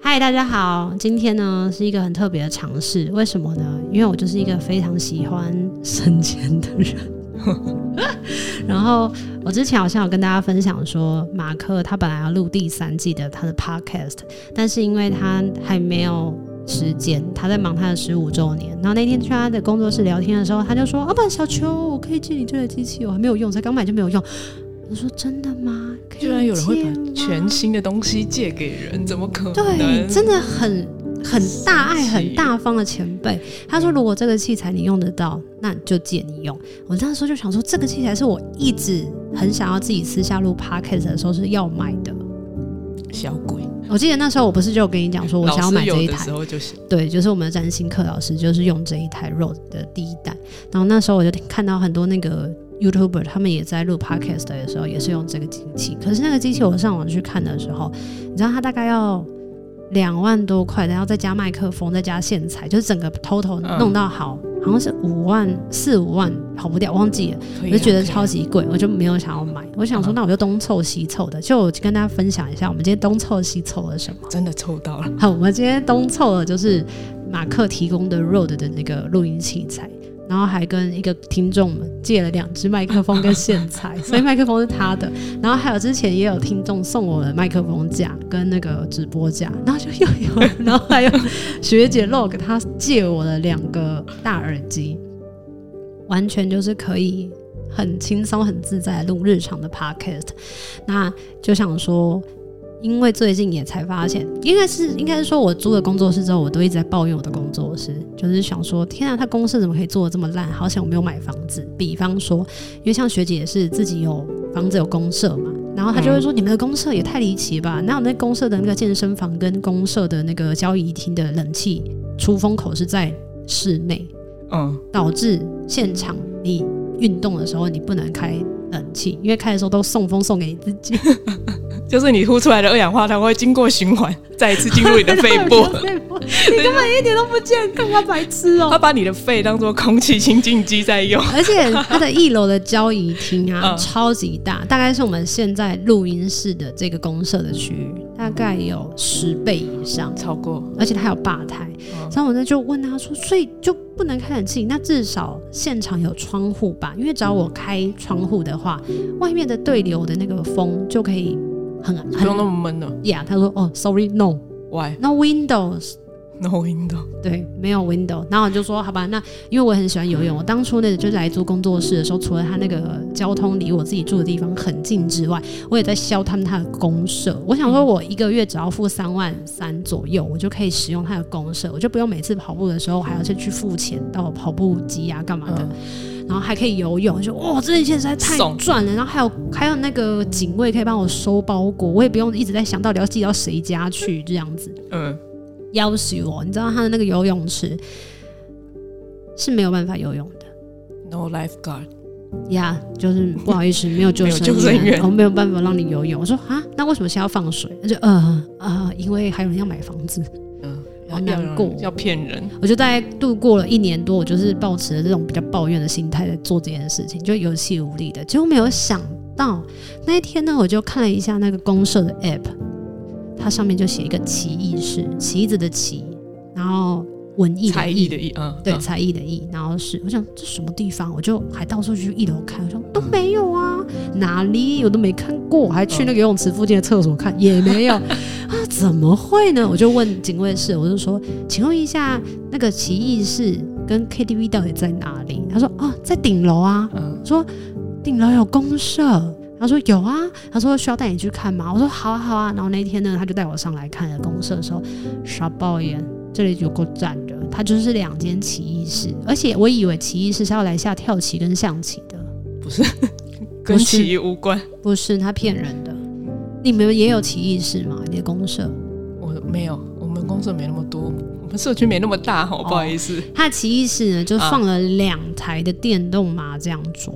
嗨，大家好，今天呢是一个很特别的尝试，为什么呢？因为我就是一个非常喜欢省钱的人。 然后我之前好像有跟大家分享说，马克他本来要录第三季的他的 podcast，但是因为他还没有时间，他在忙他的十五周年。然后那天去他的工作室聊天的时候，他就说：“老、啊、板，小邱，我可以借你这台机器，我还没有用，才刚买就没有用。”我说：“真的吗？可以居然有人会借把吗全新的东西借给人，怎么可对，能？真的很很大爱、神奇很大方的前辈。他说，如果这个器材你用得到，那你就借你用。我那时候就想说，这个器材是我一直很想要自己私下录 podcast 的时候是要买的。小鬼，我记得那时候我不是就有跟你讲说，我老想要师买这一有的台时，候就行。对，就是我们的占星课老师就是用这一台 Rode 的第一代，然后那时候我就看到很多那个 YouTuber 他们也在录 Podcast 的时候也是用这个机器，可是那个机器我上网去看的时候，你知道它大概要两万多块，然后再加麦克风，再加线材，就是整个 total 嗯弄到好，好像是五万四五万，跑不掉，忘记了。可以我就觉得可以超级贵，我就没有想要买。我想说，嗯那我就东凑西凑的，就我跟大家分享一下，我们今天东凑西凑了什么。真的凑到了，好，我们今天东凑了就是马克提供的 Rode 的那个录音器材，然后还跟一个听众们借了两支麦克风跟线材，所以麦克风是他的。然后还有之前也有听众送我的麦克风架跟那个直播架，然后就又有，然后还有学姐 log 她借我的两个大耳机，完全就是可以。很轻松、很自在地录日常的 podcast，那就想说，因为最近也才发现，应该是应该是说，我租了工作室之后，我都一直在抱怨我的工作室，就是想说，天啊，他公司怎么可以做的这么烂？好险我没有买房子。比方说，因为像学姐也是自己有房子有公社嘛，然后她就会说，你们的公社也太离奇吧？哪有那公社的那个健身房跟公社的那个交易厅的冷气出风口是在室内，嗯，导致现场你运动的时候你不能开冷气，因为开的时候都送风送给你自己。就是你呼出来的二氧化碳会经过循环，再一次进入你的 肺部，你根本一点都不健康啊，白痴哦、 它把你的肺当做空气清净机在 用。而且它的一楼的交易厅啊，嗯超级大，大概是我们现在录音室的这个公社的区域，大概有十倍以上，超过，而且它有吧台。嗯然后我那就问他说，所以就不能开冷气，那至少现场有窗户吧？因为只要嗯我开窗户的话，外面的对流的那个风就可以很不用很那么闷了。呀。他说哦，sorry，no， Why no windows。 no window？对，没有 window。然后我就说好吧，那因为我很喜欢游泳，我当初呢就是来租工作室的时候，除了他那个交通离我自己住的地方很近之外，我也在销他们他的公社。我想说，我一个月只要付三万三左右，我就可以使用他的公社，我就不用每次跑步的时候还要先去付钱到跑步机啊干嘛的。嗯，然后还可以游泳，就哇，这一切实在太爽赚了。然后还有还有那个警卫可以帮我收包裹，我也不用一直在想到底要寄到谁家去这样子。嗯，要求我，你知道他的那个游泳池是没有办法游泳的。 ，no lifeguard，呀、就是不好意思，没有救 没有生救生员我没有办法让你游泳。我说啊，那为什么现在要放水？他就呃呃，因为还有人要买房子。嗯，好要难要让过要骗人，我就大概度过了一年多，我就是抱持着这种比较抱怨的心态在做这件事情，就有气无力的。结果没有想到那一天呢，我就看了一下那个公社的 app，它上面就写一个奇异事，棋子的棋，然后文艺才的艺艺的艺，嗯，对，嗯才艺的艺，然后是我想这什么地方，我就还到处去一楼看，我说都没有啊，哪里我都没看过，我还去那个游泳池附近的厕所看，也没有啊，怎么会呢？我就问警卫室，我就说，请问一下那个奇异室跟 KTV 到底在哪里？他说哦，在顶楼啊，嗯，顶楼有公社。他说有啊，他说需要带你去看吗？我说好啊好啊。然后那天呢，他就带我上来看了公社的时候，傻爆眼，这里有够赞的。它就是两间棋艺室，而且我以为棋艺室是要来下跳棋跟象棋的， 跟是奇艺无关。不是，他骗人的。你们也有棋艺室吗？你的公社？我没有，我们公社没那么多，我们社区没那么大，哦哦好不好意思，他的棋艺室呢，就啊放了两台的电动麻将桌，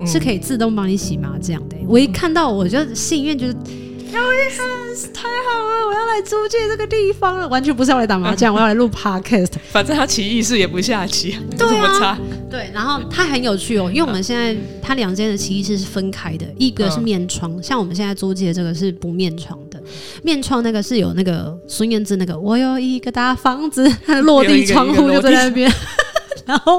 嗯嗯是可以自动帮你洗麻将的欸、我一看到我就心里面就是太好了，我要来租借这个地方了，完全不是要来打麻 将，我要来录 podcast。反正他棋艺是也不下棋，对啊这么差，对，然后它很有趣哦，因为我们现在它两间的奇异室是分开的，一个是面窗，像我们现在租借这个是不面窗的，面窗那个是有那个孙燕姿那个我有一个大房子，它的落地窗户就在那边， 然后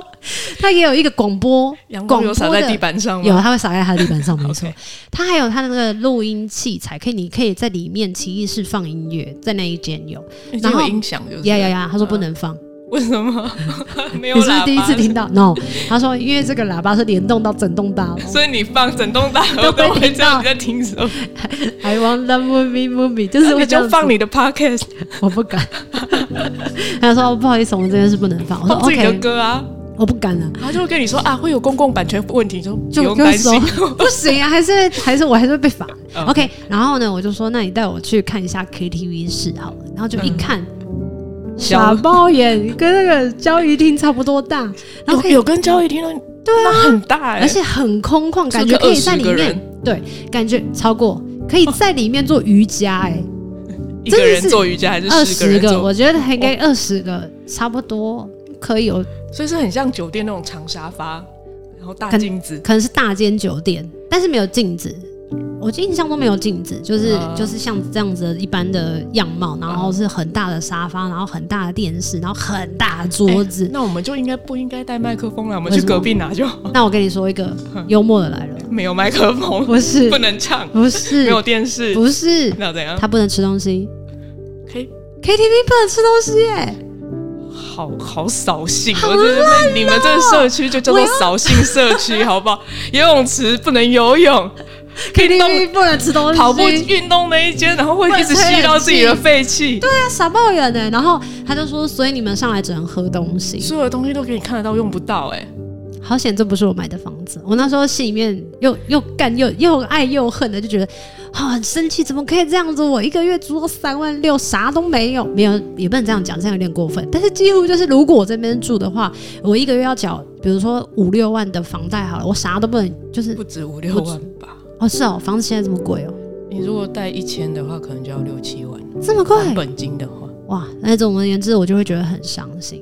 它也有一个广播，阳广光播有的洒在地板上有吗？它会洒在它的地板 上，没错 OK。它还有它的那个录音器材，可以你可以在里面奇异室放音乐，在那一间有，已经然后有音响就是呀呀呀，他说不能放。为什么 没有你是不喇是叭？第一次听到？No，他说因为这个喇叭是联动到整栋 大楼。所以你放整栋大都会楼都会听知道到你在听什么， I want the movie movie，就是你会这样就子放，你的 podcast，我不敢。 他说、哦不好意思，我们这件事不能放。我说放自己的哦 OK，歌啊。我不敢了，他就会跟你说啊，会有公共版权问题，就不就用跟担说心。 不行啊，还是还是我还是会被罚。嗯 OK，然后呢，我就说那你带我去看一下 KTV 室好了，然后就一看。傻嗯小包眼跟那个交易厅差不多大，然后可以，有有跟交易厅的对啊，那很大哎、而且很空旷，感觉可以在里20个面人，哦对，感觉超过可以在里面做瑜伽、哎、一个真的人是做瑜伽还是二十个十人个，做，哦我觉得应该二十个差不多可以有，所以是很像酒店那种长沙发，然后大可镜子，可能是大间酒店，但是没有镜子。我印象中没有镜子，就是、啊就是像这样子的一般的样貌，然后是很大的沙发，然后很大的电视，然后很大的桌子。哎那我们就应该不应该带麦克风啊了？我们为去什么隔壁拿就好。那我跟你说一 个幽默的来了，没有麦克风，不是不能唱，不没是有电视，不是，那怎样？他不能吃东西可以， ，KTV 不能吃东西耶，好好扫兴哦，好啊真的是你们这个社区就叫我做要扫兴社 区，好不好？游泳池不能游泳，可以弄，KTV 不能吃东西，跑步运动那一间，然后会一直吸到自己的废气。对，他傻抱怨呢。然后他就说，所以你们上来只能喝东西，所有的东西都给你看得到，用不到哎、好险，这不是我买的房子。我那时候心里面又又干又又爱又恨的，就觉得啊、很生气，怎么可以这样子？我一个月租三万六，啥都没有，没有也不能这样讲，这样有点过分。但是几乎就是，如果我这边住的话，我一个月要缴，比如说五六万的房贷好了，我啥都不能，就是不止五六万吧。哦是哦，房子现在这么贵哦，你如果贷一千的话，可能就要六七万。这么贵本金的话，哇！那总而言之，我就会觉得很伤心。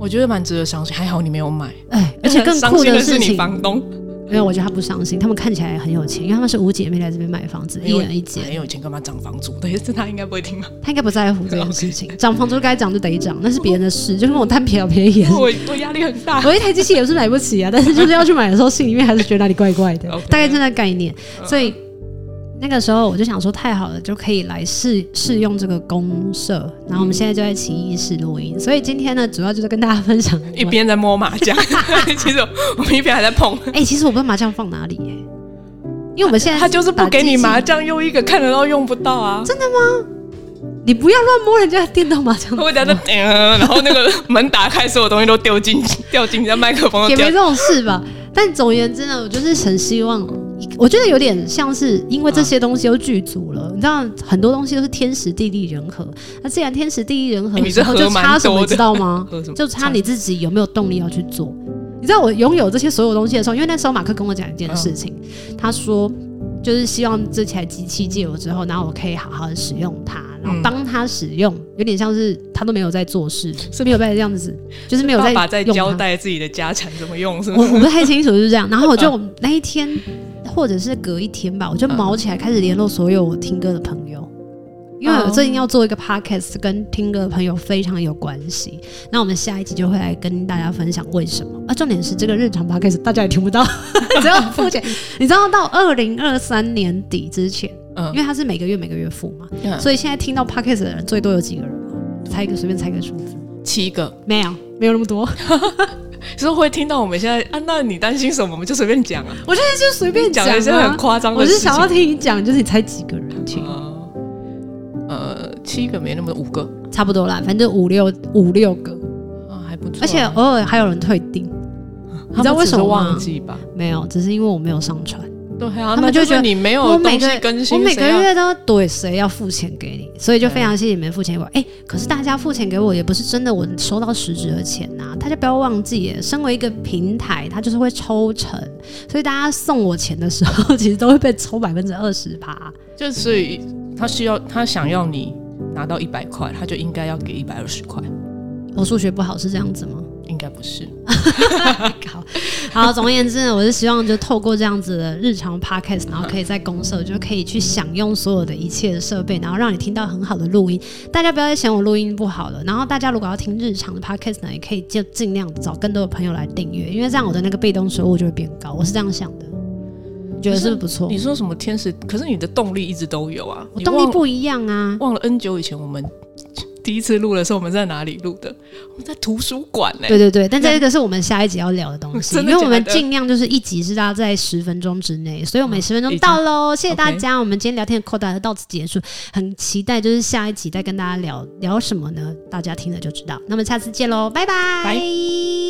我觉得蛮值得伤心。还好你没有买，哎， 而且更伤酷心的事是你情，房东没有，我觉得他不伤心，他们看起来很有钱，因为他们是五姐妹来这边买房子，没一有人一间。很有钱，干嘛涨房租？ 但是他应该不会听吧？他应该不在乎这件事 情，涨房租该涨就得涨，那是别人的事，就跟我贪便宜便宜 也是。我我压力很大。我一台机器也不是买不起啊，但是就是要去买的时候，心里面还是觉得哪里怪怪的 OK 嗯大概就那概念。所以那个时候我就想说，太好了，就可以来试试用这个公社。然后我们现在就在奇异室录音，所以今天呢，主要就是跟大家分享我们 一。边在摸麻 将，其实我们一边还在碰。哎、其实我不知道麻将放哪里耶、因为我们现在他就是不给你打机麻器，将，又一个看得到用不到啊。你不要乱摸人家的电动麻 将。我等下在，呃然后那个门打开，所有东西都丢进去， 掉进去，麦克风都也没掉这。种事吧。但总而言之呢，我就是很希望，我觉得有点像是因为这些东西都具足了，你知道很多东西都是天时地利人和。那既然天时地利人和哎的你时这候，喝就差蛮什么，多你的知道 吗？喝什么就差你自己有没有动力要去做。你知道我拥有这些所有东西的时候，因为那时候马克跟我讲一件事情，嗯他说就是希望这台机器借我之后，然后我可以好好的使用它，然后嗯帮他使用，有点像是他都没有在做事，是没有在这样子，就是没有在爸爸在用它交代自己的家产怎么用，是 我吗？我不太清楚是这样。然后我就那一天，或者是隔一天吧，我就嗯毛起来开始联络所有我听歌的朋友，因为我哦最近要做一个 podcast，跟听歌的朋友非常有关系。那我们下一集就会来跟大家分享为什么。啊，重点是这个日常 podcast 大家也听不到， 只要付 钱。你知道到二零二三年底之前，因嗯，为它是每个月每个月付嘛，嗯所以现在听到 podcast 的人最多有几个人啊？猜一个，随便猜一个数字。七个，没有，没有那么多。 就是会听到我们现在啊，那你担心什么？我们就随便讲啊，我现在就随便讲啊一些很夸张我的是事情想。要听你讲，就是你才几个人听，呃呃，七个没那么五个差不多啦，反正五六五六个，啊，还不错啊。而且偶尔还有人退订，你他知道们为只什是么忘吗？记吧？没有，只是因为我没有上传，对啊，他们那就觉就得是你没有我每东个西更新，我每个谁要月都怼谁要付钱给你，所以就非常谢谢你们付钱给我。哎、可是大家付钱给我也不是真的，我收到实质的钱呐、大家不要忘记耶，身为一个平台，它就是会抽成， 所以大家送我钱的时候，其实都会被抽百分之二十趴。就是他需要他想要你拿到一百块，他就应该要给一百二十块，我数学不好是这样子吗？应该不是。好， 好，总而言之呢，我是希望就透过这样子的日常 podcast，然后可以在公社就可以去享用所有的一切的设备，然后让你听到很好的录音。大家不要再嫌我录音不好了。然后大家如果要听日常的 podcast 呢，也可以就尽量找更多的朋友来订阅，因为这样我的那个被动收入就会变高。我是这样想的，你觉得是不是不错你？说什么天使？可是你的动力一直都有啊，哦我你动力忘不一样啊，忘了 N 久以前我们第一次录的时候，我们在哪里录的？我们在图书馆呢、对对对，但这个是我们下一集要聊的东西， 真因的为我们假的嗯尽量就是一集是大家在十分钟之内，所以我们十分钟已经到喽，谢谢大 OK 家，我们今天聊天的扣打就到此结束，很期待就是下一集再跟大家聊聊什么呢？大家听了就知道，那么下次见喽，拜拜，拜拜。